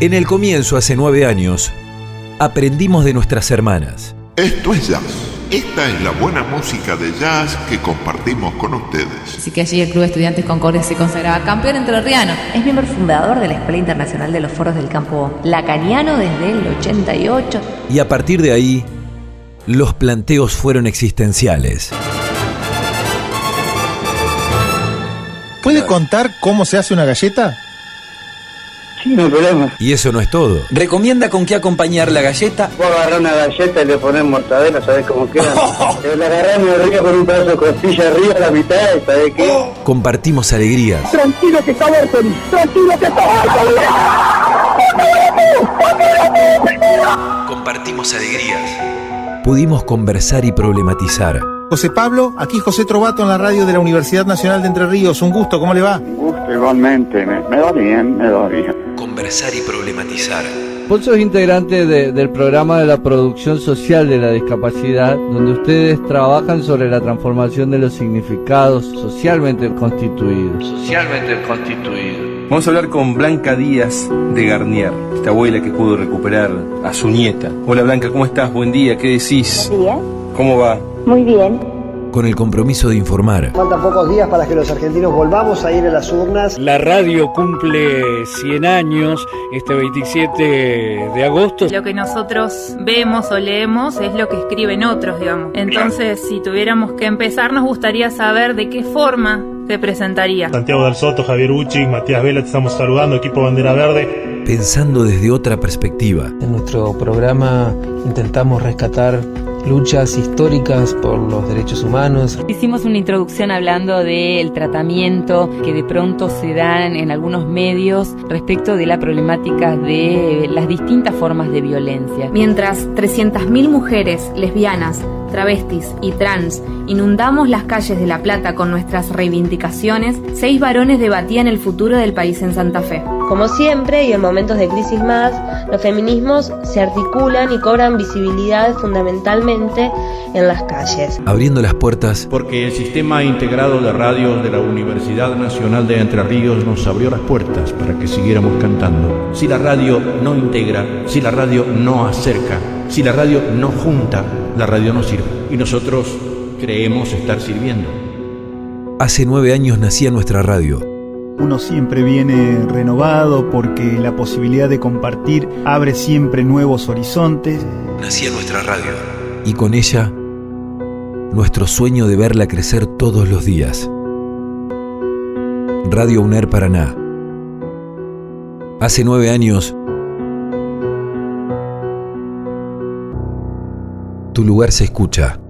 En el comienzo, hace nueve años, aprendimos de nuestras hermanas. Esto es jazz. Esta es la buena música de jazz que compartimos con ustedes. Así que allí el Club de Estudiantes Concordia se consagraba campeón entrerriano. Es miembro fundador de la Escuela Internacional de los Foros del Campo Lacaniano desde el 88. Y a partir de ahí, los planteos fueron existenciales. ¿Puede contar cómo se hace una galleta? Sí, no hay problema. Y eso no es todo. Recomienda con qué acompañar la galleta. Vos agarrás una galleta y le ponés mortadela, sabés cómo queda. Pero la agarrás medio arriba con un pedazo de costilla arriba, la mitad, y sabés qué. Oh. Compartimos alegrías, Tranquilo que está Berton, tranquilo que está Berton. pudimos conversar y problematizar. José Pablo, aquí José Trovato en la radio de la Universidad Nacional de Entre Ríos. Un gusto, ¿cómo le va? Gusto igualmente, me, me va bien, me va bien. Conversar y problematizar. Vos sos integrante de- del programa de la producción social de la discapacidad, donde ustedes trabajan sobre la transformación de los significados socialmente constituidos. Socialmente constituidos. Vamos a hablar con Blanca Díaz de Garnier, esta abuela que pudo recuperar a su nieta. Hola Blanca, ¿cómo estás? Buen día, ¿qué decís? ¿Cómo va? Muy bien. con el compromiso de informar, Faltan pocos días para que los argentinos volvamos a ir a las urnas. La radio cumple 100 años este 27 de agosto. Lo que nosotros vemos o leemos es lo que escriben otros, digamos. Entonces, si tuviéramos que empezar, nos gustaría saber de qué forma se presentaría. Santiago del Soto, Javier Uchi, Matías Vela, te estamos saludando, equipo Bandera Verde. pensando desde otra perspectiva. En nuestro programa intentamos rescatar luchas históricas por los derechos humanos, Hicimos una introducción hablando del tratamiento que de pronto se dan en algunos medios respecto de la problemática de las distintas formas de violencia. Mientras 300.000 mujeres lesbianas, travestis y trans inundamos las calles de La Plata con nuestras reivindicaciones, seis varones debatían el futuro del país en Santa Fe. Como siempre, y en momentos de crisis más, los feminismos se articulan y cobran visibilidad fundamentalmente en las calles. abriendo las puertas Porque el sistema integrado de radios de la Universidad Nacional de Entre Ríos nos abrió las puertas para que siguiéramos cantando. Si la radio no integra, si la radio no acerca, si la radio no junta, la radio no sirve. Y nosotros creemos estar sirviendo. Hace nueve años nacía nuestra radio. Uno siempre viene renovado porque la posibilidad de compartir abre siempre nuevos horizontes. Nacía nuestra radio. Y con ella, nuestro sueño de verla crecer todos los días. Radio UNER Paraná. Hace nueve años, tu lugar se escucha.